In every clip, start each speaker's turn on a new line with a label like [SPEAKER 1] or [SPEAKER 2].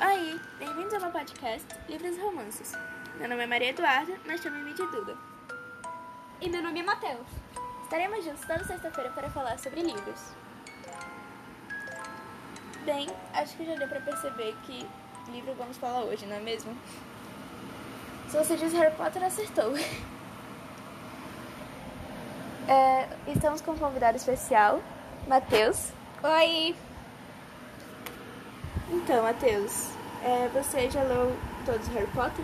[SPEAKER 1] Oi, bem-vindos ao meu podcast Livros e Romances. Meu nome é Maria Eduarda, mas também de Duda.
[SPEAKER 2] E meu nome é Matheus.
[SPEAKER 1] Estaremos juntos toda sexta-feira para falar sobre livros. Bem, acho que já deu para perceber que livro vamos falar hoje, não é mesmo? Se você diz Harry Potter, acertou. É, estamos com um convidado especial, Matheus.
[SPEAKER 2] Oi!
[SPEAKER 1] Então, Matheus, é, você já leu todos os Harry Potter?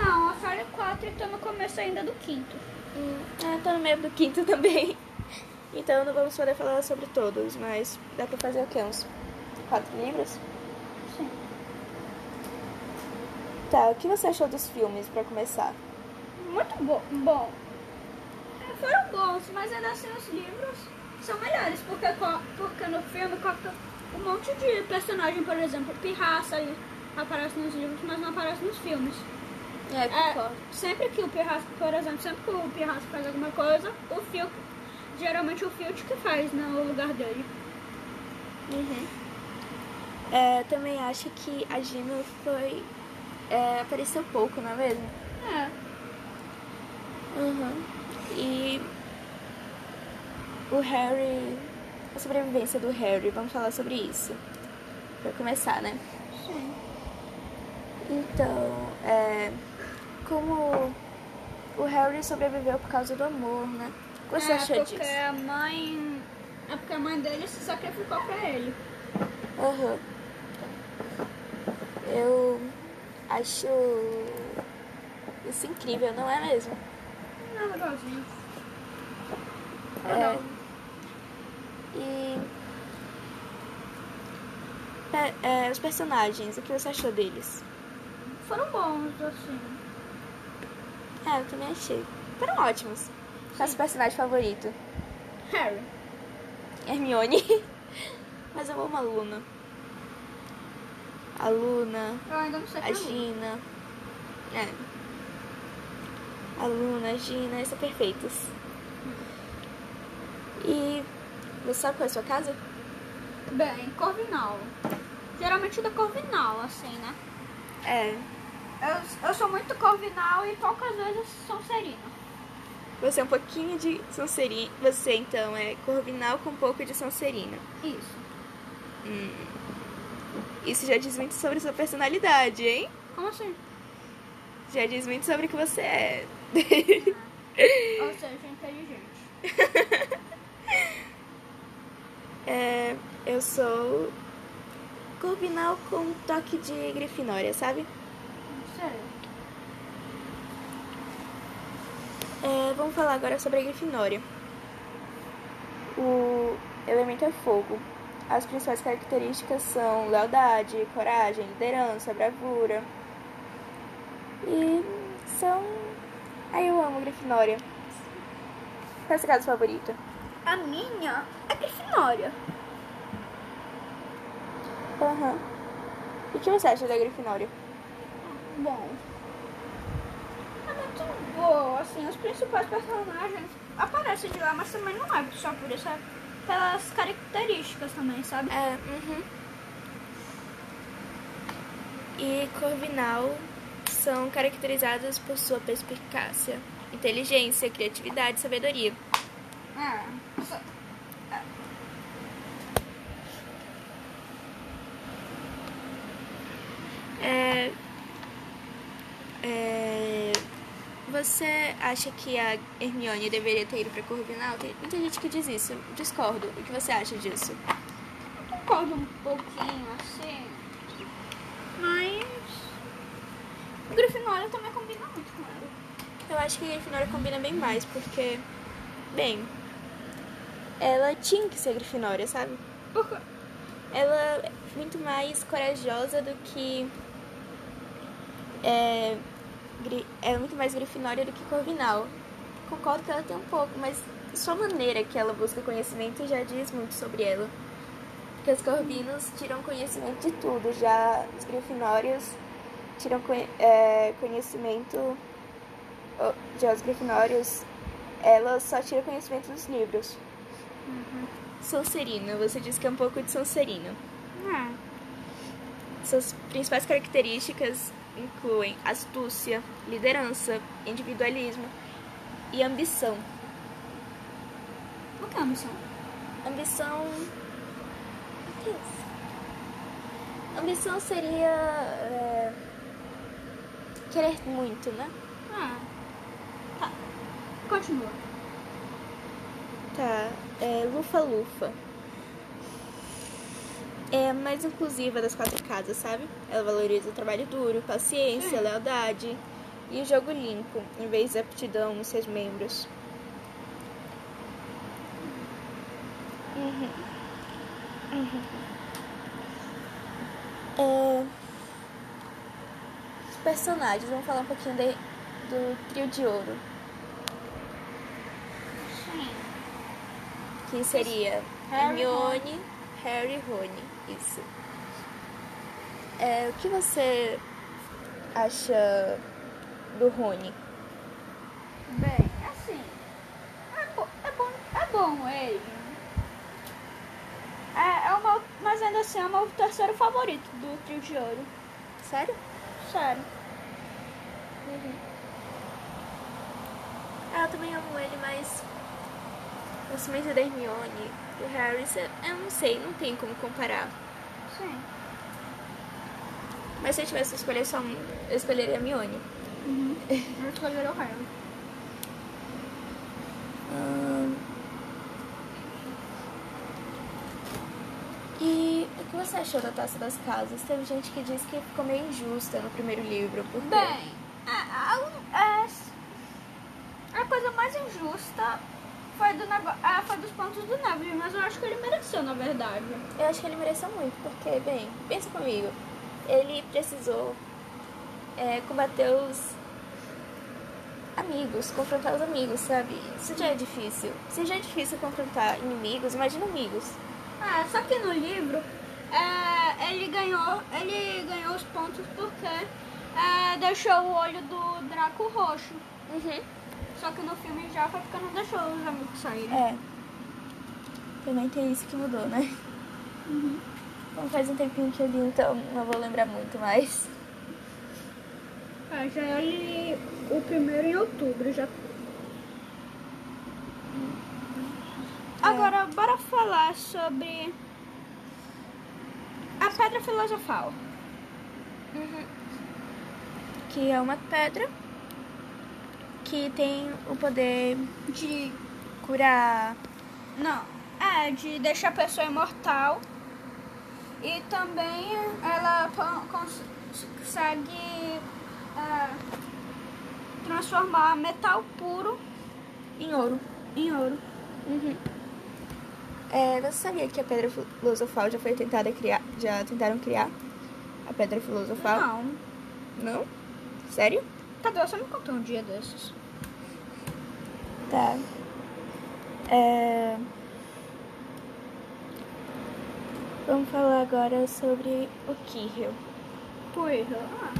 [SPEAKER 2] Não, a só li quatro e tô no começo ainda é do quinto.
[SPEAKER 1] Hum, ah, tô no meio do quinto também. Então não vamos poder falar sobre todos, mas dá pra fazer o quê? Uns quatro livros?
[SPEAKER 2] Sim.
[SPEAKER 1] Tá, o que você achou dos filmes pra começar?
[SPEAKER 2] Muito bo bom. É, Foram bons, mas ainda assim os livros são melhores, porque, co- porque no filme coloca um monte de personagem, por exemplo, pirraça ali, aparece nos livros, mas não aparece nos filmes.
[SPEAKER 1] É,
[SPEAKER 2] É, sempre que o pirraça, por exemplo, sempre que o pirraça faz alguma coisa, o Filt, geralmente o Filt que faz, né, o lugar dele.
[SPEAKER 1] uhum. É, também acho que a Gina foi. é, apareceu pouco, não é mesmo?
[SPEAKER 2] É.
[SPEAKER 1] Uhum. E o Harry. A sobrevivência do Harry, vamos falar sobre isso. Pra começar, né?
[SPEAKER 2] Sim.
[SPEAKER 1] Então, é, como o Harry sobreviveu por causa do amor, né? O que você
[SPEAKER 2] é,
[SPEAKER 1] achou
[SPEAKER 2] porque
[SPEAKER 1] disso?
[SPEAKER 2] a mãe. É porque a mãe dele se sacrificou pra ele.
[SPEAKER 1] Aham. Uhum. Eu acho isso incrível, não é mesmo?
[SPEAKER 2] Não é legalzinho.
[SPEAKER 1] É. E Pe- é, os personagens, o que você achou deles?
[SPEAKER 2] Foram bons, assim.
[SPEAKER 1] É, eu também achei. Foram ótimos. Qual é o seu personagem favorito?
[SPEAKER 2] Harry.
[SPEAKER 1] Hermione. Mas eu amo a Luna. A Luna,
[SPEAKER 2] Eu ainda não sei
[SPEAKER 1] a
[SPEAKER 2] quem é.
[SPEAKER 1] Gina. É. A Luna, a Gina, eles são perfeitos. E você sabe qual é a sua casa?
[SPEAKER 2] Bem, Corvinal. Geralmente da Corvinal, assim, né?
[SPEAKER 1] É.
[SPEAKER 2] Eu, eu sou muito Corvinal e poucas vezes Sonserina.
[SPEAKER 1] Você é um pouquinho de Sonserina. Você então é Corvinal com um pouco de Sonserina.
[SPEAKER 2] Isso.
[SPEAKER 1] Isso já diz muito sobre sua personalidade, hein?
[SPEAKER 2] Como assim?
[SPEAKER 1] Já diz muito sobre o que você é.
[SPEAKER 2] Ou seja, inteligente.
[SPEAKER 1] É, eu sou Corvinal com um toque de Grifinória, sabe?
[SPEAKER 2] Não sei.
[SPEAKER 1] É, vamos falar agora sobre a Grifinória. O elemento é fogo. As principais características são lealdade, coragem, liderança, bravura. E são. Ai, eu amo Grifinória. Qual é a sua casa favorita?
[SPEAKER 2] A minha é Grifinória.
[SPEAKER 1] Aham. E o que você acha da Grifinória?
[SPEAKER 2] Bom. É muito boa, assim, os principais personagens aparecem de lá, mas também não é só por isso, é pelas características também, sabe?
[SPEAKER 1] É, uhum. E Corvinal são caracterizadas por sua perspicácia, inteligência, criatividade e sabedoria.
[SPEAKER 2] É. só- é.
[SPEAKER 1] É, é, você acha que a Hermione deveria ter ido para Corvinal? Tem muita gente que diz isso. Discordo. O que você acha disso?
[SPEAKER 2] Concordo um pouquinho, assim. Mas. Grifinória também combina muito com ela.
[SPEAKER 1] Eu acho que a Grifinória combina bem mais, porque, bem, ela tinha que ser Grifinória, sabe?
[SPEAKER 2] Porque.
[SPEAKER 1] ela é muito mais corajosa do que. É, Gri- é muito mais Grifinória do que Corvinal. Concordo que ela tem um pouco, mas só a maneira que ela busca conhecimento já diz muito sobre ela. Porque os Corvinos tiram conhecimento de tudo, já os Grifinórios tiram conhe- é, conhecimento. ó, Já os Grifinórios, ela só tira conhecimento dos livros. Sonserina, você disse que é um pouco de Sonserina.
[SPEAKER 2] É.
[SPEAKER 1] Suas principais características incluem astúcia, liderança, individualismo e ambição.
[SPEAKER 2] O que é a missão?
[SPEAKER 1] Ambição. O que é isso? Ambição seria. é, querer muito, né?
[SPEAKER 2] Ah. Tá. Continua.
[SPEAKER 1] Tá, é Lufa-Lufa. É a mais inclusiva das quatro casas, sabe? Ela valoriza o trabalho duro, paciência, lealdade e o jogo limpo, em vez da aptidão nos seus membros. Uhum. Uhum. É... Os personagens, vamos falar um pouquinho de- do trio de ouro,
[SPEAKER 2] Sim.
[SPEAKER 1] que seria
[SPEAKER 2] Harry,
[SPEAKER 1] Hermione, Harry e Rony. Isso. É, o que você acha do Rony?
[SPEAKER 2] Bem, assim. É, bo- é bom, é bom ele. É, é o meu, mas ainda assim é o meu terceiro favorito do trio de ouro.
[SPEAKER 1] Sério?
[SPEAKER 2] Sério.
[SPEAKER 1] Ah, eu também amo ele, mas o cimento da Hermione e o Harry, cê- eu não sei, não tem como comparar.
[SPEAKER 2] Sim.
[SPEAKER 1] Mas se eu tivesse que escolher só um, eu escolheria a Hermione.
[SPEAKER 2] Uhum. Eu escolheria o Harry.
[SPEAKER 1] E o que você achou da Taça das Casas? Teve gente que disse que ficou meio injusta no primeiro livro. Por quê?
[SPEAKER 2] Bem, é, a, a, un- as- a coisa mais injusta foi, do nego- ah, foi dos pontos do Neville, mas eu acho que ele mereceu, na verdade.
[SPEAKER 1] Eu acho que ele mereceu muito, porque, bem, pensa comigo. Ele precisou é, combater os amigos, confrontar os amigos, sabe? Isso já é difícil. Se já é difícil confrontar inimigos, imagina amigos.
[SPEAKER 2] Ah, só que no livro é, ele, ganhou, ele ganhou os pontos porque é, deixou o olho do Draco roxo.
[SPEAKER 1] Uhum.
[SPEAKER 2] Só que no filme já foi porque não deixou os amigos saírem.
[SPEAKER 1] É. Também tem isso que mudou, né? Bom, faz um tempinho que eu li, então não vou lembrar muito mais.
[SPEAKER 2] Ah, já li o primeiro em outubro, já. Agora, bora falar sobre a pedra filosofal.
[SPEAKER 1] Que é uma pedra que tem o poder
[SPEAKER 2] De.
[SPEAKER 1] curar
[SPEAKER 2] Não. É, de deixar a pessoa imortal. E também ela con- cons- consegue ah, transformar metal puro
[SPEAKER 1] em ouro.
[SPEAKER 2] em ouro.
[SPEAKER 1] É, você sabia que a pedra filosofal já foi tentada criar? Já tentaram criar a pedra filosofal?
[SPEAKER 2] Não.
[SPEAKER 1] Não? Sério?
[SPEAKER 2] Cadê? Você me contou um dia desses.
[SPEAKER 1] Tá. É... Vamos falar agora sobre o Kirill.
[SPEAKER 2] Pois, ah.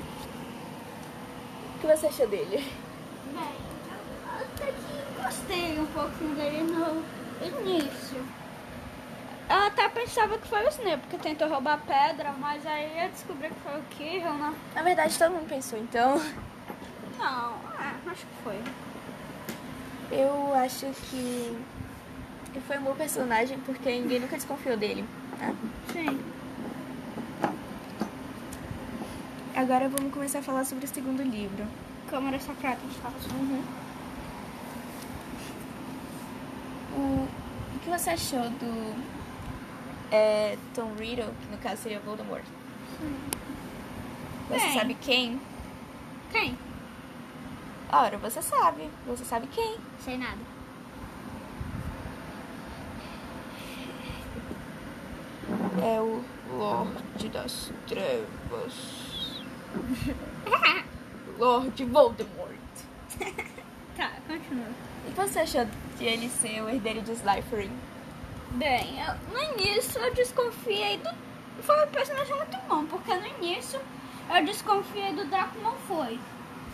[SPEAKER 1] O que você achou dele?
[SPEAKER 2] Bem, eu até que gostei um pouquinho dele no início. Eu até pensava que foi o Snape que tentou roubar a pedra, mas aí eu descobri que foi o Kirill, né?
[SPEAKER 1] Na verdade, todo mundo pensou, então.
[SPEAKER 2] Não, é, acho que foi.
[SPEAKER 1] Eu acho que ele foi um bom personagem porque ninguém nunca desconfiou dele. né?
[SPEAKER 2] Sim.
[SPEAKER 1] Agora vamos começar a falar sobre o segundo livro.
[SPEAKER 2] Câmara Sacrada de Fato.
[SPEAKER 1] O, o que você achou do é, Tom Riddle, que no caso seria Voldemort? Hum. Você
[SPEAKER 2] Bem.
[SPEAKER 1] sabe quem?
[SPEAKER 2] Quem?
[SPEAKER 1] Ora, você sabe. Você sabe quem?
[SPEAKER 2] Sei nada.
[SPEAKER 1] É o Lorde das Trevas. Lorde Voldemort.
[SPEAKER 2] Tá, continua.
[SPEAKER 1] E você achou de ele ser o herdeiro de Slytherin?
[SPEAKER 2] Bem, eu- no início eu desconfiei do. Foi um personagem muito bom, porque no início eu desconfiei do Draco Malfoy.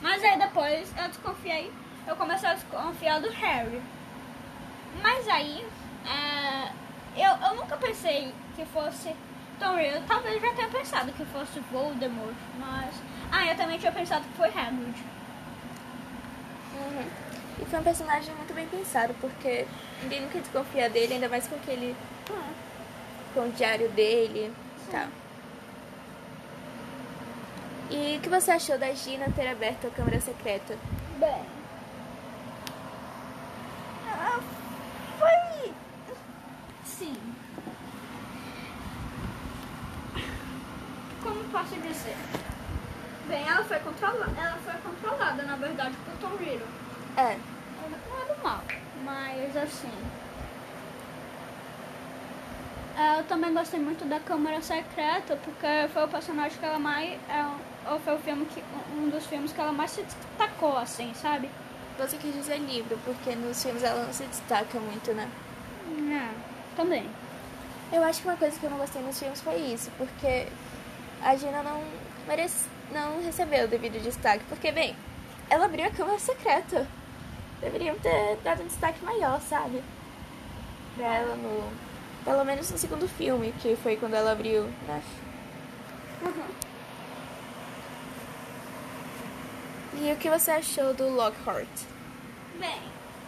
[SPEAKER 2] Mas aí depois eu desconfiei. Eu comecei a desconfiar do Harry. Mas aí. é, eu, eu nunca pensei que fosse Então, eu talvez já tenha pensado que fosse Voldemort, mas... Ah, eu também tinha pensado que foi Hagrid.
[SPEAKER 1] Uhum. E foi um personagem muito bem pensado, porque ninguém nunca desconfia dele, ainda mais com aquele. hum, com o diário dele e tal. E o que você achou da Gina ter aberto a câmara secreta?
[SPEAKER 2] Bem. Ah, foi. Sim. Como posso dizer? Bem, ela foi controlada. Ela foi controlada, na verdade, por Tom Riddle.
[SPEAKER 1] É.
[SPEAKER 2] Ela Não é do mal, mas assim. Ah, Eu também gostei muito da Câmara Secreta, porque foi o personagem que ela mais. é, ou foi o filme que. um dos filmes que ela mais se destacou, assim, sabe?
[SPEAKER 1] Você quis dizer livro, porque nos filmes ela não se destaca muito, né?
[SPEAKER 2] É, também.
[SPEAKER 1] Eu acho que uma coisa que eu não gostei nos filmes foi isso, porque a Gina não merece, não recebeu o devido destaque, porque bem, ela abriu a câmara secreta. Deveriam ter dado um destaque maior, sabe? Pra ela no. Pelo menos no segundo filme, que foi quando ela abriu, né? Uhum. E o que você achou do Lockhart?
[SPEAKER 2] Bem,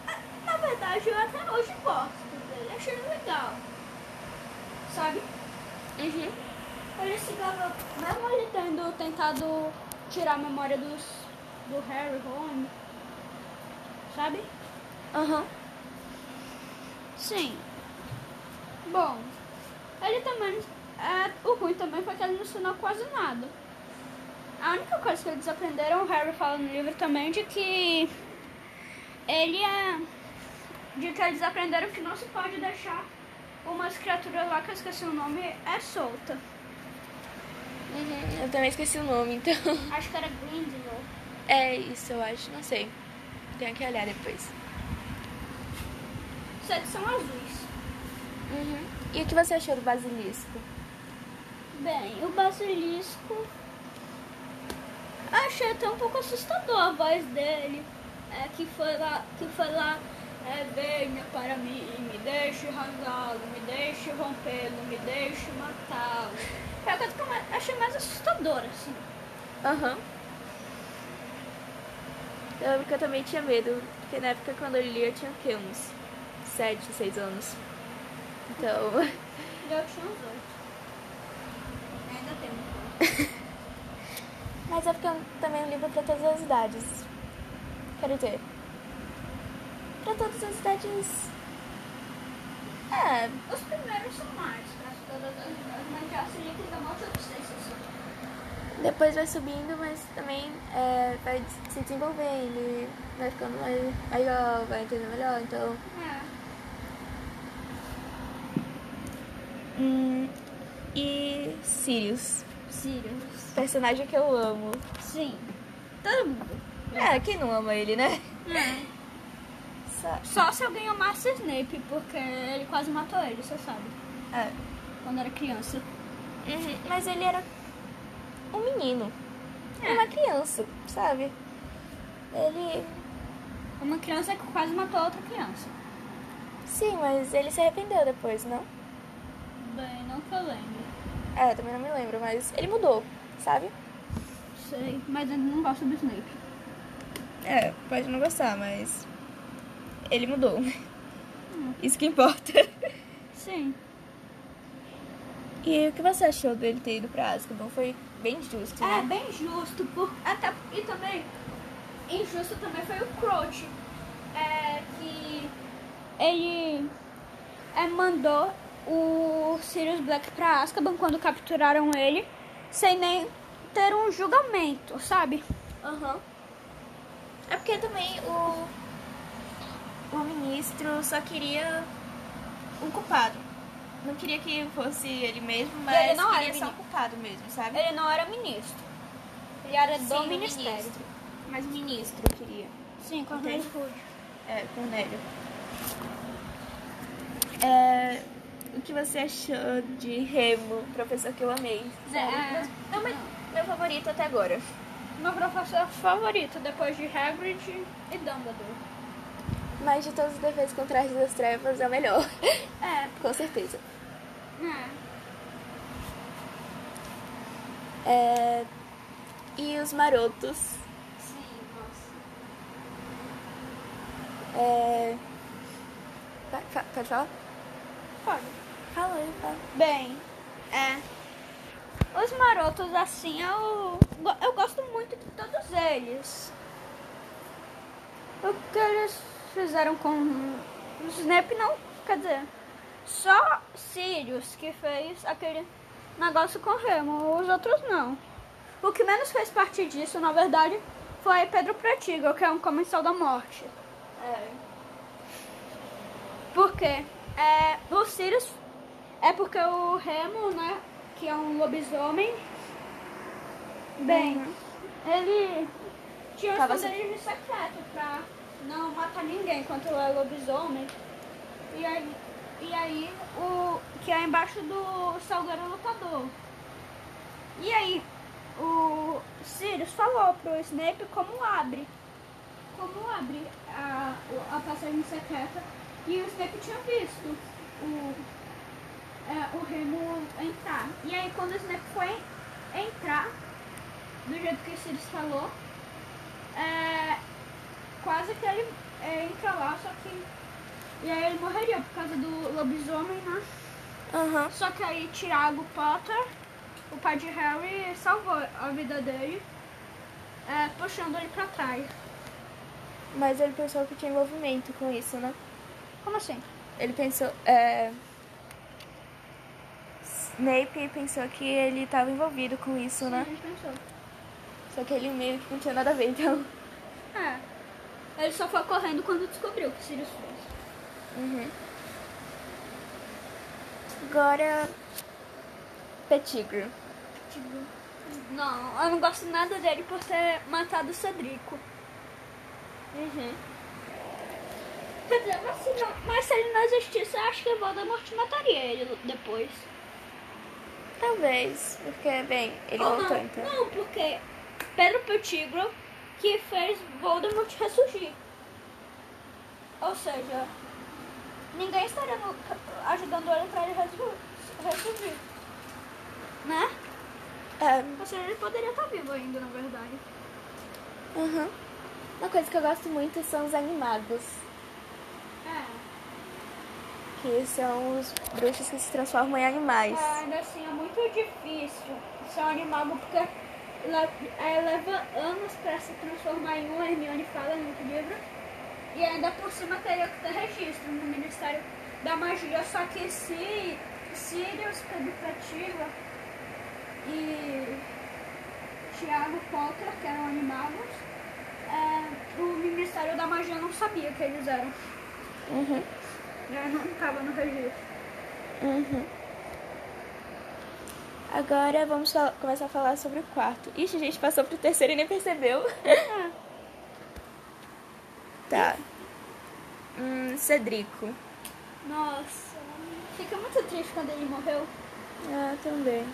[SPEAKER 2] a- na verdade eu até hoje gosto dele, achei ele legal. Sabe?
[SPEAKER 1] Uhum.
[SPEAKER 2] Ele se dava, mesmo ele tendo tentado tirar a memória dos, do Harry, Ron, sabe?
[SPEAKER 1] Aham.
[SPEAKER 2] Sim. Bom, ele também. é, o ruim também foi que ele não ensinou quase nada. A única coisa que eles aprenderam, o Harry fala no livro também, de que. Ele é. De que eles aprenderam que não se pode deixar umas criaturas lá que eu esqueci o nome, é solta.
[SPEAKER 1] Uhum. Eu também esqueci o nome, então.
[SPEAKER 2] Acho que era Grindelwald.
[SPEAKER 1] É isso, eu acho, não sei. Tenho que olhar depois.
[SPEAKER 2] Só que são azuis.
[SPEAKER 1] Uhum. E o que você achou do basilisco?
[SPEAKER 2] Bem, o basilisco. Achei até um pouco assustador a voz dele. É, que foi lá, que foi lá, é, venha para mim, me deixe rasgá-lo, me deixe rompê-lo, me deixe matá-lo. É a coisa que eu mais- achei mais assustadora, assim.
[SPEAKER 1] Aham. Eu lembro que eu também tinha medo, porque na época quando eu li eu tinha o quê? Uns 7, 6 anos. Então,
[SPEAKER 2] Eu tinha uns oito. Ainda tem um pouco.
[SPEAKER 1] Mas é porque eu também livro pra todas as idades. Quero dizer. Pra todas as idades. É.
[SPEAKER 2] Os primeiros são mais, para todas as idades, mas já se liga da moto de seis, assim.
[SPEAKER 1] Depois vai subindo, mas também é, vai des- se desenvolvendo e vai ficando mais maior, vai entender melhor, então.
[SPEAKER 2] É.
[SPEAKER 1] Hum, e Sirius.
[SPEAKER 2] Sirius.
[SPEAKER 1] Personagem que eu amo.
[SPEAKER 2] Sim. Todo mundo.
[SPEAKER 1] É, quem não ama ele, né?
[SPEAKER 2] É.
[SPEAKER 1] Só-
[SPEAKER 2] Só se alguém amasse Snape, porque ele quase matou ele, você sabe.
[SPEAKER 1] é.
[SPEAKER 2] Quando era criança.
[SPEAKER 1] Uhum, Mas ele era um menino.
[SPEAKER 2] É.
[SPEAKER 1] Uma criança, sabe? Ele.
[SPEAKER 2] Uma criança que quase matou a outra criança.
[SPEAKER 1] Sim, mas ele se arrependeu depois, não?
[SPEAKER 2] Bem, não que eu lembro.
[SPEAKER 1] É, eu também não me lembro, mas ele mudou, sabe?
[SPEAKER 2] Sei, mas ainda não gosto do Snape.
[SPEAKER 1] É, pode não gostar, mas. Ele mudou. Isso que importa.
[SPEAKER 2] Sim.
[SPEAKER 1] E o que você achou dele ter ido pra Azkaban? Foi bem justo,
[SPEAKER 2] É
[SPEAKER 1] né?
[SPEAKER 2] bem justo, por... até e também injusto também foi o Crouch, é, que ele é, mandou o Sirius Black pra Azkaban quando capturaram ele, sem nem ter um julgamento, sabe?
[SPEAKER 1] Aham. É porque também o. O ministro só queria um culpado. Não queria que fosse ele mesmo, mas
[SPEAKER 2] ele não era
[SPEAKER 1] queria só um
[SPEAKER 2] ministro.
[SPEAKER 1] culpado mesmo, sabe?
[SPEAKER 2] Ele não era ministro, ele era do
[SPEAKER 1] Sim,
[SPEAKER 2] ministério.
[SPEAKER 1] ministro. Mas o ministro queria.
[SPEAKER 2] Sim, quando
[SPEAKER 1] Entendi.
[SPEAKER 2] ele foi.
[SPEAKER 1] É, Cornélio. É, o que você achou de Remo, professor que eu amei? sabe?
[SPEAKER 2] É.
[SPEAKER 1] Meu- É o meu, meu favorito até agora.
[SPEAKER 2] Meu professor favorito depois de Hagrid e Dumbledore.
[SPEAKER 1] Mas de todos os defeitos contra as das trevas é o melhor.
[SPEAKER 2] É,
[SPEAKER 1] Com certeza.
[SPEAKER 2] É.
[SPEAKER 1] É, e os marotos.
[SPEAKER 2] Sim, nossa.
[SPEAKER 1] É, pa- fa- pode falar?
[SPEAKER 2] Foda.
[SPEAKER 1] Fala aí, fala.
[SPEAKER 2] Bem, é. Os marotos, assim, eu, go- eu gosto muito de todos eles. O que eles fizeram com o Snap, não. Quer dizer, só Sirius que fez aquele negócio com o Remo, os outros não. O que menos fez parte disso, na verdade, foi Pedro Pretigo, que é um comensal da morte. É. Porque é, o Sirius é porque o Remo, né, que é um lobisomem, bem, ele tinha um
[SPEAKER 1] Tava
[SPEAKER 2] esconderijo secreto pra não matar ninguém enquanto é lobisomem. E aí, e aí o que é embaixo do Salgueiro Lutador. E aí, o Sirius falou pro Snape como abre. Como abre a, o- a passagem secreta. E o Snape tinha visto o, é, o Remo entrar. E aí, quando o Snape foi entrar, do jeito que o Sirius falou, é, quase que ele é, entra lá, só que. E aí ele morreria por causa do lobisomem, né?
[SPEAKER 1] Aham.
[SPEAKER 2] Só que aí Tiago Potter, o pai de Harry, salvou a vida dele, é, puxando ele pra trás.
[SPEAKER 1] Mas ele pensou que tinha envolvimento com isso, né?
[SPEAKER 2] Como assim?
[SPEAKER 1] Ele pensou. É... Snape pensou que ele estava envolvido com isso,
[SPEAKER 2] Sim, a
[SPEAKER 1] né?
[SPEAKER 2] gente pensou.
[SPEAKER 1] Só que ele meio que não tinha nada a ver, então.
[SPEAKER 2] É. Ele só foi correndo quando descobriu o que Sirius fez.
[SPEAKER 1] Uhum. Agora. Petigro.
[SPEAKER 2] Tipo, não, eu não gosto nada dele por ter matado o Cedrico.
[SPEAKER 1] Uhum.
[SPEAKER 2] Quer dizer, mas se, não- mas se ele não existisse, eu acho que o Voldemort mataria ele depois.
[SPEAKER 1] Talvez, porque, bem, ele
[SPEAKER 2] Ou
[SPEAKER 1] voltou
[SPEAKER 2] não,
[SPEAKER 1] então.
[SPEAKER 2] não, porque Pedro Petigro que fez Voldemort ressurgir. Ou seja, ninguém estaria no- ajudando ele pra ele resur- ressurgir. Né?
[SPEAKER 1] É,
[SPEAKER 2] Ou seja, ele poderia estar vivo ainda, na verdade.
[SPEAKER 1] uhum. Uma coisa que eu gosto muito são os animados,
[SPEAKER 2] É.
[SPEAKER 1] que são os bruxos que se transformam em animais.
[SPEAKER 2] ainda assim, é muito difícil ser um animal porque le- é, leva anos pra se transformar em um. A Hermione fala no livro. E ainda por cima teria que ter registro no Ministério da Magia, só que se Sirius, Pedro Prativa e Tiago Potter, que eram animados, é, o Ministério da Magia não sabia que eles eram.
[SPEAKER 1] Uhum.
[SPEAKER 2] né? Não estava no registro.
[SPEAKER 1] Uhum. Agora vamos fal- começar a falar sobre o quarto. Ixi, a gente passou pro terceiro e nem percebeu. tá. Hum, Cedrico.
[SPEAKER 2] Nossa, fica muito triste quando ele morreu.
[SPEAKER 1] Ah, também.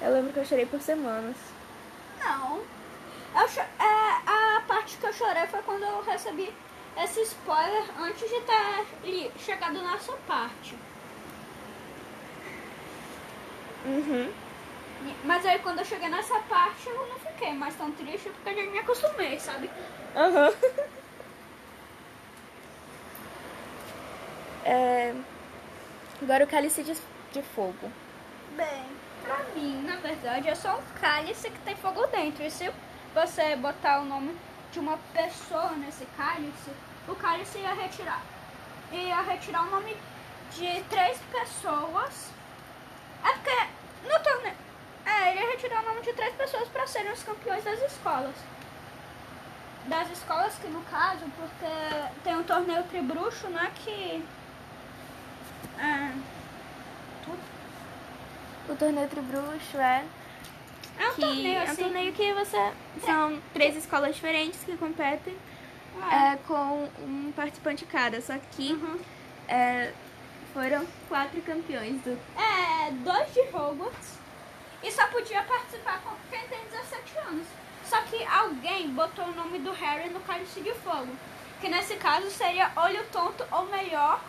[SPEAKER 1] Eu lembro que eu chorei por semanas.
[SPEAKER 2] Não. Eu cho- é, a parte que eu chorei foi quando eu recebi esse spoiler antes de ter li- chegado na sua parte.
[SPEAKER 1] Uhum.
[SPEAKER 2] E- Mas aí quando eu cheguei nessa parte eu não fiquei mais tão triste porque eu já me acostumei, sabe?
[SPEAKER 1] Aham. É, Agora o cálice de, de fogo.
[SPEAKER 2] Bem, pra mim, na verdade, é só um cálice que tem fogo dentro. E se você botar o nome de uma pessoa nesse cálice, o cálice ia retirar. Ia retirar o nome de três pessoas. É porque no torneio. É, ele ia retirar o nome de três pessoas pra serem os campeões das escolas. Das escolas que no caso, porque tem um torneio tribruxo, né? Que. É,
[SPEAKER 1] O torneio tribruxo é
[SPEAKER 2] é um
[SPEAKER 1] que
[SPEAKER 2] torneio
[SPEAKER 1] é um
[SPEAKER 2] assim.
[SPEAKER 1] torneio que você são três escolas diferentes que competem
[SPEAKER 2] é.
[SPEAKER 1] é, com um participante cada. Só que é, foram quatro campeões do
[SPEAKER 2] É, dois de Hogwarts. E só podia participar com quem tem 17 anos. Só que alguém botou o nome do Harry no cálice de fogo. Que nesse caso seria Olho Tonto, ou melhor,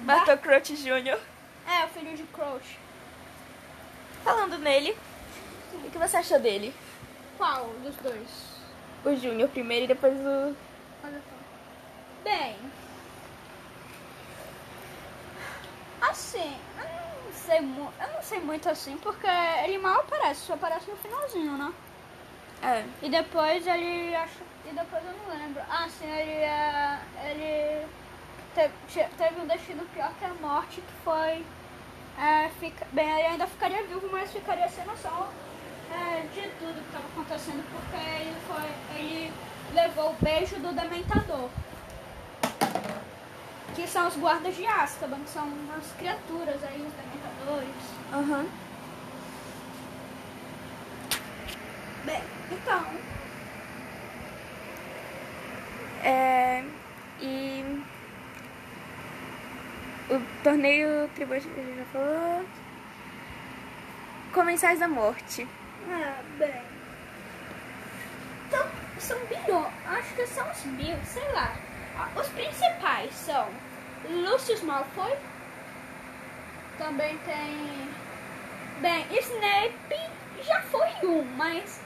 [SPEAKER 1] Batocrote Júnior.
[SPEAKER 2] é o filho de Crouch.
[SPEAKER 1] Falando nele, O que você achou dele?
[SPEAKER 2] Qual dos dois?
[SPEAKER 1] O Júnior primeiro e depois o.
[SPEAKER 2] Olha só. Bem. Assim, eu não sei, mu- eu não sei muito assim, porque ele mal aparece, só aparece no finalzinho, né?
[SPEAKER 1] É.
[SPEAKER 2] E depois ele acha. E depois eu não lembro. Ah, sim, ele é. Ele te- te- teve um destino pior que a morte, que foi. é, fica, bem, ele ainda ficaria vivo, mas ficaria sem noção é, de tudo que estava acontecendo, porque ele foi. Ele levou o beijo do dementador. Que são os guardas de Azkaban, que são as criaturas aí, os dementadores.
[SPEAKER 1] Aham.
[SPEAKER 2] Bem, então.
[SPEAKER 1] É, e o torneio tribal que a gente já falou. Comensais da morte.
[SPEAKER 2] Ah, bem. Então, são bilhões. Acho que são uns mil, sei lá. Ah, Os principais são Lucius Malfoy. Também tem. Bem, Snape já foi um, mas.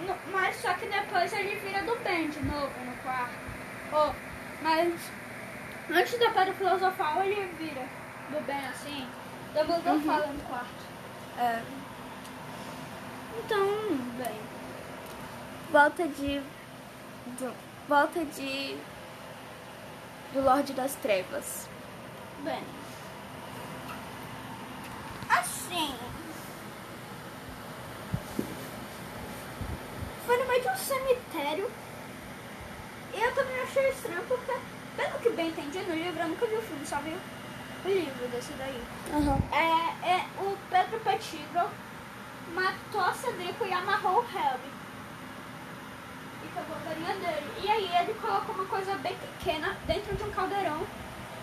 [SPEAKER 2] no- Mas só que depois ele vira do bem de novo no quarto. Oh, mas antes da pedra filosofal ele vira do bem assim. Dumbledore fala no quarto.
[SPEAKER 1] É,
[SPEAKER 2] Então, bem.
[SPEAKER 1] volta de. do- volta de. Do Lorde das Trevas.
[SPEAKER 2] Bem. Assim. Foi no meio de um cemitério. E eu também achei estranho porque, pelo que bem entendi no livro, eu nunca vi o filme, só vi o livro desse daí. É, é, o Pedro Pettigrew matou a Cedrico e amarrou o Harry. E acabou a varinha dele. E aí ele colocou uma coisa bem pequena dentro de um caldeirão.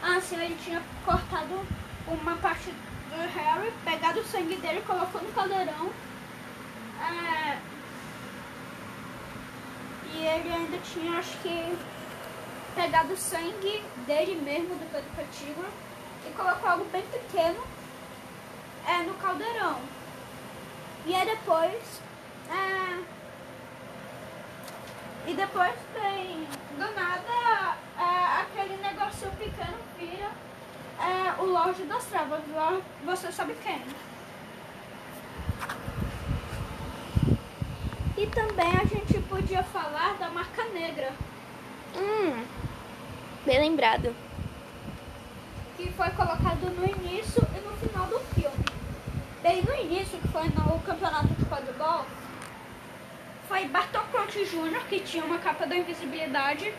[SPEAKER 2] Assim, ele tinha cortado uma parte do Harry, pegado o sangue dele, colocou no caldeirão. É, E ele ainda tinha, acho que, pegado o sangue dele mesmo, do Pedro Pettigrew, e colocou algo bem pequeno é, no caldeirão. E aí depois. É, e depois tem. Do nada, é, aquele negocinho pequeno vira é, o Lorde das Trevas. lá Você sabe quem. E também a gente podia falar da marca negra,
[SPEAKER 1] Hum, bem lembrado.
[SPEAKER 2] que foi colocado no início e no final do filme. Bem, no início, que foi no campeonato de quadribol, foi Bartol Crouch Jr., que tinha uma capa da invisibilidade,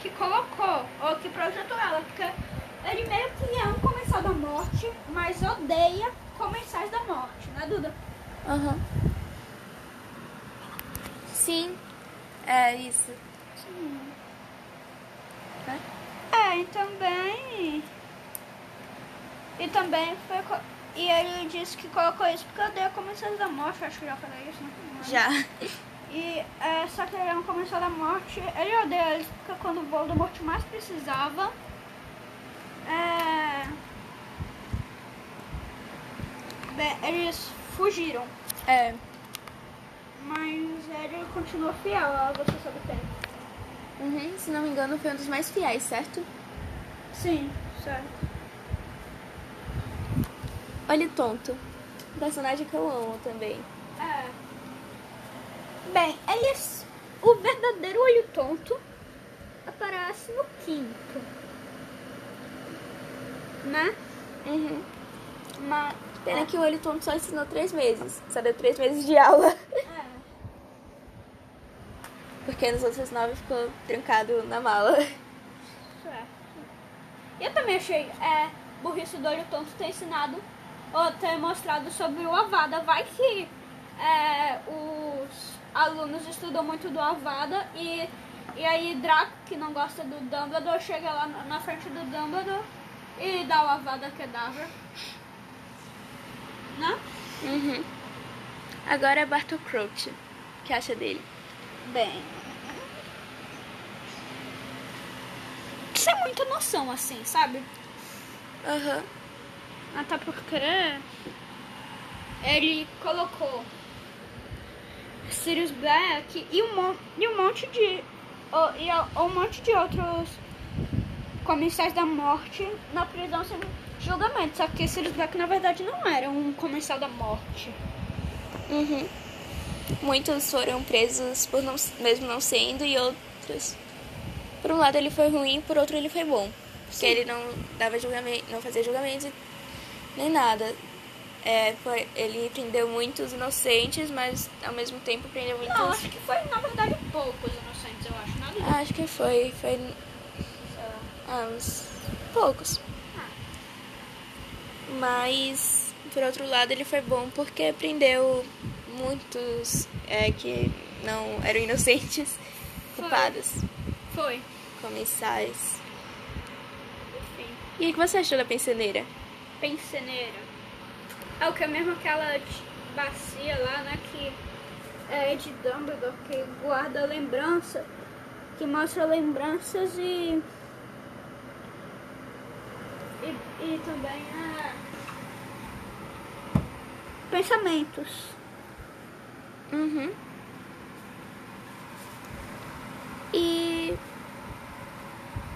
[SPEAKER 2] que colocou, ou que projetou ela, porque ele meio que é um comensal da morte, mas odeia comensais da morte, né, Duda?
[SPEAKER 1] Aham. Sim, é isso.
[SPEAKER 2] É, e também. E também foi. co- E ele disse que colocou isso porque eu dei a comensal da morte, acho que já falei isso, né? Não lembro.
[SPEAKER 1] Já.
[SPEAKER 2] E é, só que ele é um comensal da morte, ele odeia eles porque quando o Voldemort mais precisava. É. Bem, eles fugiram,
[SPEAKER 1] É.
[SPEAKER 2] mas ele continua fiel a você sabe quem.
[SPEAKER 1] Uhum, se não me engano, foi um dos mais fiéis, certo?
[SPEAKER 2] Sim, certo.
[SPEAKER 1] Olha o tonto. Um personagem que eu amo também.
[SPEAKER 2] É. Bem, eles. O verdadeiro olho tonto aparece no quinto. Né?
[SPEAKER 1] Uhum.
[SPEAKER 2] Mas.
[SPEAKER 1] Pena que o olho tonto só ensinou três meses. Só deu três meses de aula.
[SPEAKER 2] É.
[SPEAKER 1] Porque nos outros nove ficou trancado na mala.
[SPEAKER 2] certo. É. Eu também achei é, burrice do olho tonto ter ensinado ou ter mostrado sobre o Avada. Vai que é, os alunos estudam muito do Avada e, e aí Draco, que não gosta do Dumbledore, chega lá na na frente do Dumbledore e dá o Avada Kedavra. Né?
[SPEAKER 1] Uhum. Agora é Bartol Crouch. O que acha dele?
[SPEAKER 2] Bem. Isso é muita noção, assim, sabe?
[SPEAKER 1] Aham.
[SPEAKER 2] Ah, tá, é- Até porque ele colocou Sirius Black e um, mon- e um monte de. ó, e ó, um monte de outros comensais da morte na prisão sem julgamento. Só que Sirius Black na verdade não era um comensal da morte.
[SPEAKER 1] Uhum. Muitos foram presos por não, mesmo não sendo e outros. Por um lado ele foi ruim, por outro ele foi bom. Porque ele não dava julgamento, não fazia julgamento nem nada. É, foi- ele prendeu muitos inocentes, mas ao mesmo tempo prendeu muitos.
[SPEAKER 2] Não, acho que foi na verdade poucos inocentes, eu acho. Nada
[SPEAKER 1] Acho que foi. Foi
[SPEAKER 2] disso.
[SPEAKER 1] ah, uns poucos.
[SPEAKER 2] Ah.
[SPEAKER 1] Mas, por outro lado, ele foi bom porque prendeu muitos é, que não eram inocentes,
[SPEAKER 2] Foi.
[SPEAKER 1] culpados,
[SPEAKER 2] Foi.
[SPEAKER 1] comensais.
[SPEAKER 2] Enfim.
[SPEAKER 1] E o que você achou da pensioneira?
[SPEAKER 2] Penseneira. É o que é mesmo aquela t- bacia lá, né? Que é de Dumbledore, que guarda lembrança, que mostra lembranças e. E, e também ah, a. Pensamentos.
[SPEAKER 1] Uhum. E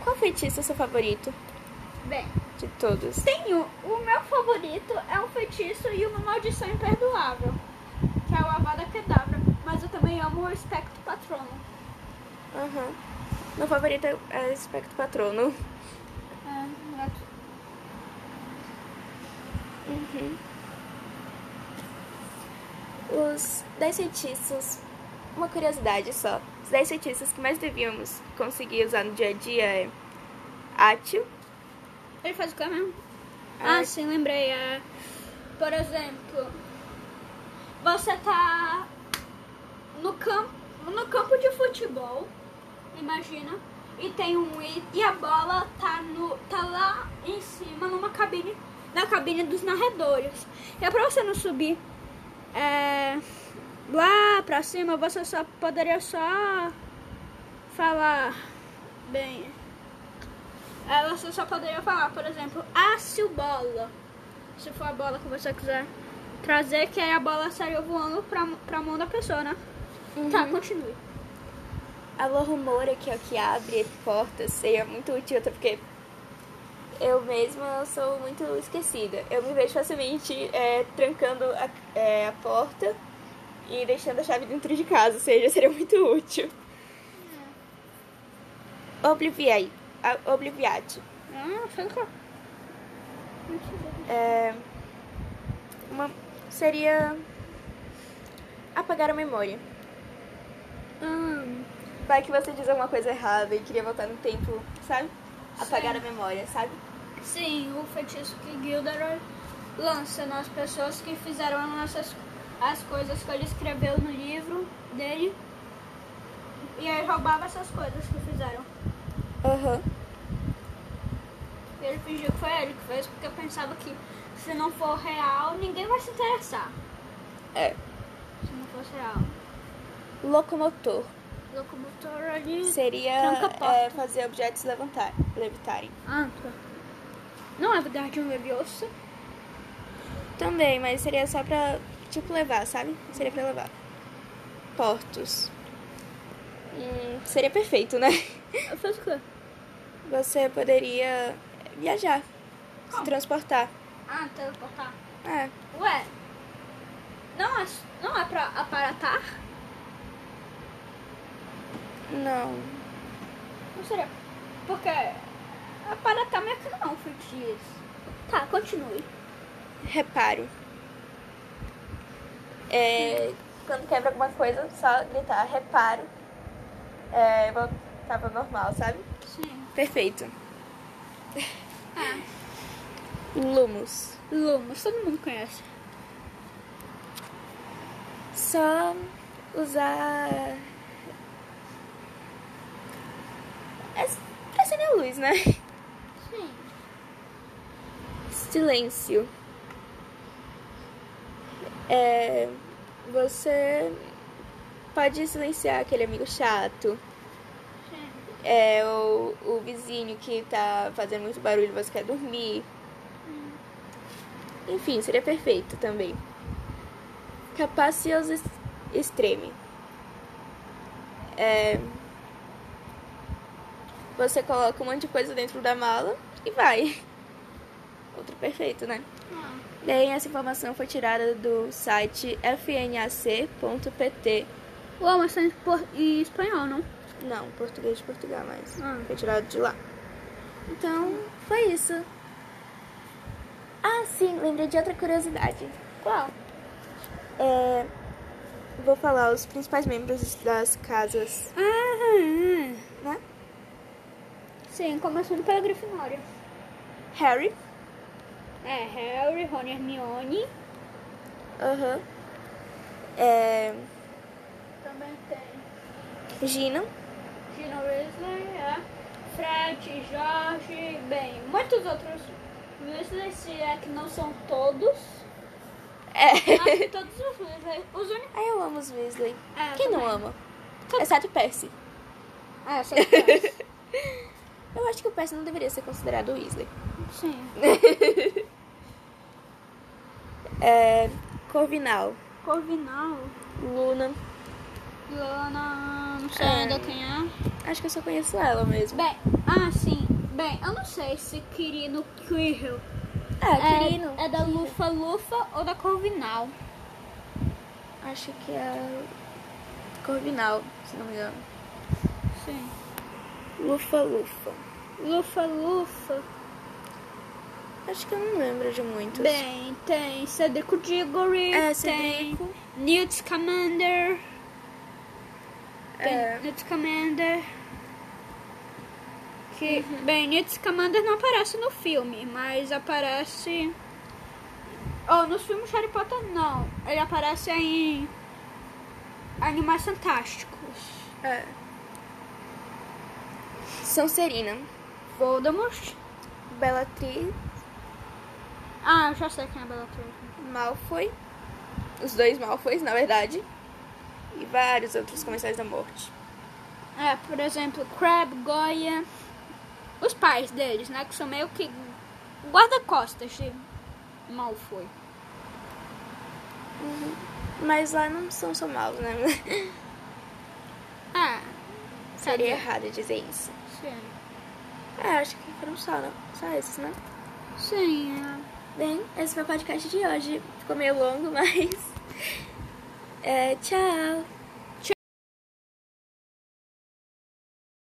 [SPEAKER 1] qual feitiço é seu favorito
[SPEAKER 2] Bem,
[SPEAKER 1] de todos?
[SPEAKER 2] tenho. O meu favorito é o feitiço e uma maldição imperdoável, que é o Avada Kedavra. Mas eu também amo o Espectro Patrono.
[SPEAKER 1] Uhum. Meu favorito é é o Espectro Patrono.
[SPEAKER 2] É, aqui.
[SPEAKER 1] Uhum. Os 10 feitiços, uma curiosidade só. Os 10 feitiços que mais devíamos conseguir usar no dia a dia é átil,
[SPEAKER 2] Ele faz o que mesmo?
[SPEAKER 1] Ah,
[SPEAKER 2] Ah, sim, lembrei. é. Por exemplo, você tá no campo, no campo de futebol, imagina, e tem um i- e a bola tá no tá lá em cima numa cabine, na cabine dos narradores. E é pra você não subir é, lá pra cima, você só poderia só falar bem. É, você só poderia falar, por exemplo, ácio bola. Se for a bola que você quiser trazer, que aí a bola saiu voando pra, pra mão da pessoa, né? Tá, continue.
[SPEAKER 1] a lua rumora, que é o que abre portas, seria muito útil, até porque eu mesma sou muito esquecida. Eu me vejo facilmente é, trancando a, é, a porta e deixando a chave dentro de casa, ou seja, seria muito útil. Uhum. Obliviate. Obliviate.
[SPEAKER 2] Ah, fica.
[SPEAKER 1] É, uma, seria apagar a memória.
[SPEAKER 2] Hum,
[SPEAKER 1] Vai que você diz alguma coisa errada e queria voltar no tempo, sabe? Apagar a memória, sabe?
[SPEAKER 2] sim, o feitiço que Gilderoy lança nas pessoas que fizeram essas, as coisas que ele escreveu no livro dele. E aí roubava essas coisas que fizeram.
[SPEAKER 1] Aham.
[SPEAKER 2] E ele fingiu que foi ele que fez, porque eu pensava que se não for real, ninguém vai se interessar.
[SPEAKER 1] É.
[SPEAKER 2] Se não fosse real.
[SPEAKER 1] Locomotor.
[SPEAKER 2] Locomotor ali.
[SPEAKER 1] Seria
[SPEAKER 2] Tranca a porta.
[SPEAKER 1] é, fazer objetos levantar, levitarem.
[SPEAKER 2] Ah, tá. Não é verdade um levioso.
[SPEAKER 1] Também, mas seria só pra, tipo, levar, sabe? Seria pra levar. Portos. Hum, seria perfeito, né?
[SPEAKER 2] Eu fiz o quê?
[SPEAKER 1] Você poderia viajar, se
[SPEAKER 2] Como?
[SPEAKER 1] transportar.
[SPEAKER 2] Ah, teleportar.
[SPEAKER 1] É.
[SPEAKER 2] Ué. Não é, não é pra aparatar?
[SPEAKER 1] Não.
[SPEAKER 2] Não seria. Porque aparatar meio que não, feitiço. Tá, continue.
[SPEAKER 1] Reparo. É, quando quebra alguma coisa, só gritar reparo. É, voltar pra normal, sabe?
[SPEAKER 2] Sim.
[SPEAKER 1] Perfeito.
[SPEAKER 2] Ah.
[SPEAKER 1] Lumos.
[SPEAKER 2] Lumos, todo mundo conhece.
[SPEAKER 1] Só usar. É s- pra acender a luz, né?
[SPEAKER 2] Sim.
[SPEAKER 1] Silêncio. É, você pode silenciar aquele amigo chato.
[SPEAKER 2] Sim.
[SPEAKER 1] É o, o vizinho que tá fazendo muito barulho e você quer dormir. Enfim, seria perfeito também. Capaciosos extreme. É, Você coloca um monte de coisa dentro da mala e vai. Outro perfeito, né?
[SPEAKER 2] Ah,
[SPEAKER 1] Daí essa informação foi tirada do site fnac.pt.
[SPEAKER 2] Uau, mas tá em, por- em espanhol, não?
[SPEAKER 1] Não, português de Portugal, mas
[SPEAKER 2] Ah.
[SPEAKER 1] foi tirado de lá. Então, foi isso. Ah, sim, lembrei de outra curiosidade.
[SPEAKER 2] Qual?
[SPEAKER 1] É, vou falar os principais membros das casas,
[SPEAKER 2] Ah,
[SPEAKER 1] né?
[SPEAKER 2] sim, começando pela Grifinória.
[SPEAKER 1] Harry,
[SPEAKER 2] É, Harry, Ron e Hermione.
[SPEAKER 1] aham. É,
[SPEAKER 2] Também tem
[SPEAKER 1] Gina,
[SPEAKER 2] Gina Weasley, é. Fred, Jorge, bem, muitos outros Weasley, se é que não são todos.
[SPEAKER 1] é.
[SPEAKER 2] Acho que todos os Weasley, os únicos...
[SPEAKER 1] Ai, eu amo os Weasley.
[SPEAKER 2] É, eu
[SPEAKER 1] Quem não
[SPEAKER 2] também.
[SPEAKER 1] ama? Exceto o Percy.
[SPEAKER 2] Ah, só dois.
[SPEAKER 1] Eu acho que o Percy não deveria ser considerado Weasley.
[SPEAKER 2] Sim.
[SPEAKER 1] É, Corvinal,
[SPEAKER 2] Corvinal,
[SPEAKER 1] Luna.
[SPEAKER 2] Lana, não sei
[SPEAKER 1] É.
[SPEAKER 2] ainda quem é.
[SPEAKER 1] Acho que eu só conheço ela mesmo.
[SPEAKER 2] Bem, ah, sim. Bem, eu não sei se querido Quirrell
[SPEAKER 1] É, Quirino.
[SPEAKER 2] é, é da Lufa Lufa ou da Corvinal.
[SPEAKER 1] Acho que é Corvinal, se não me engano.
[SPEAKER 2] Sim.
[SPEAKER 1] Lufa Lufa.
[SPEAKER 2] Lufa Lufa.
[SPEAKER 1] Acho que eu não lembro de muitos.
[SPEAKER 2] Bem, tem Cedrico Diggory,
[SPEAKER 1] É,
[SPEAKER 2] tem
[SPEAKER 1] Cedrico.
[SPEAKER 2] Newt Scamander. Tem
[SPEAKER 1] É.
[SPEAKER 2] Newt Scamander. Que,
[SPEAKER 1] Uhum.
[SPEAKER 2] Bem, Newt Scamander não aparece no filme, mas aparece... Oh, nos filmes de Harry Potter não. Ele aparece em Animais Fantásticos.
[SPEAKER 1] É. Sonserina,
[SPEAKER 2] Voldemort.
[SPEAKER 1] Bellatrix,
[SPEAKER 2] Ah, eu já sei quem é a Bellatrix.
[SPEAKER 1] Malfoy. Os dois Malfoys, na verdade. E vários outros Comensais da Morte.
[SPEAKER 2] É, por exemplo, Crab, Goya, os pais deles, né? Que são meio que guarda-costas de Malfoy.
[SPEAKER 1] Uhum. Mas lá não são só maus, né?
[SPEAKER 2] Ah,
[SPEAKER 1] Seria errado dizer isso.
[SPEAKER 2] sim.
[SPEAKER 1] É, acho que foram só, né? Só esses, né?
[SPEAKER 2] Sim, é.
[SPEAKER 1] Bem, esse foi o podcast de hoje. Ficou meio longo, mas. É, tchau!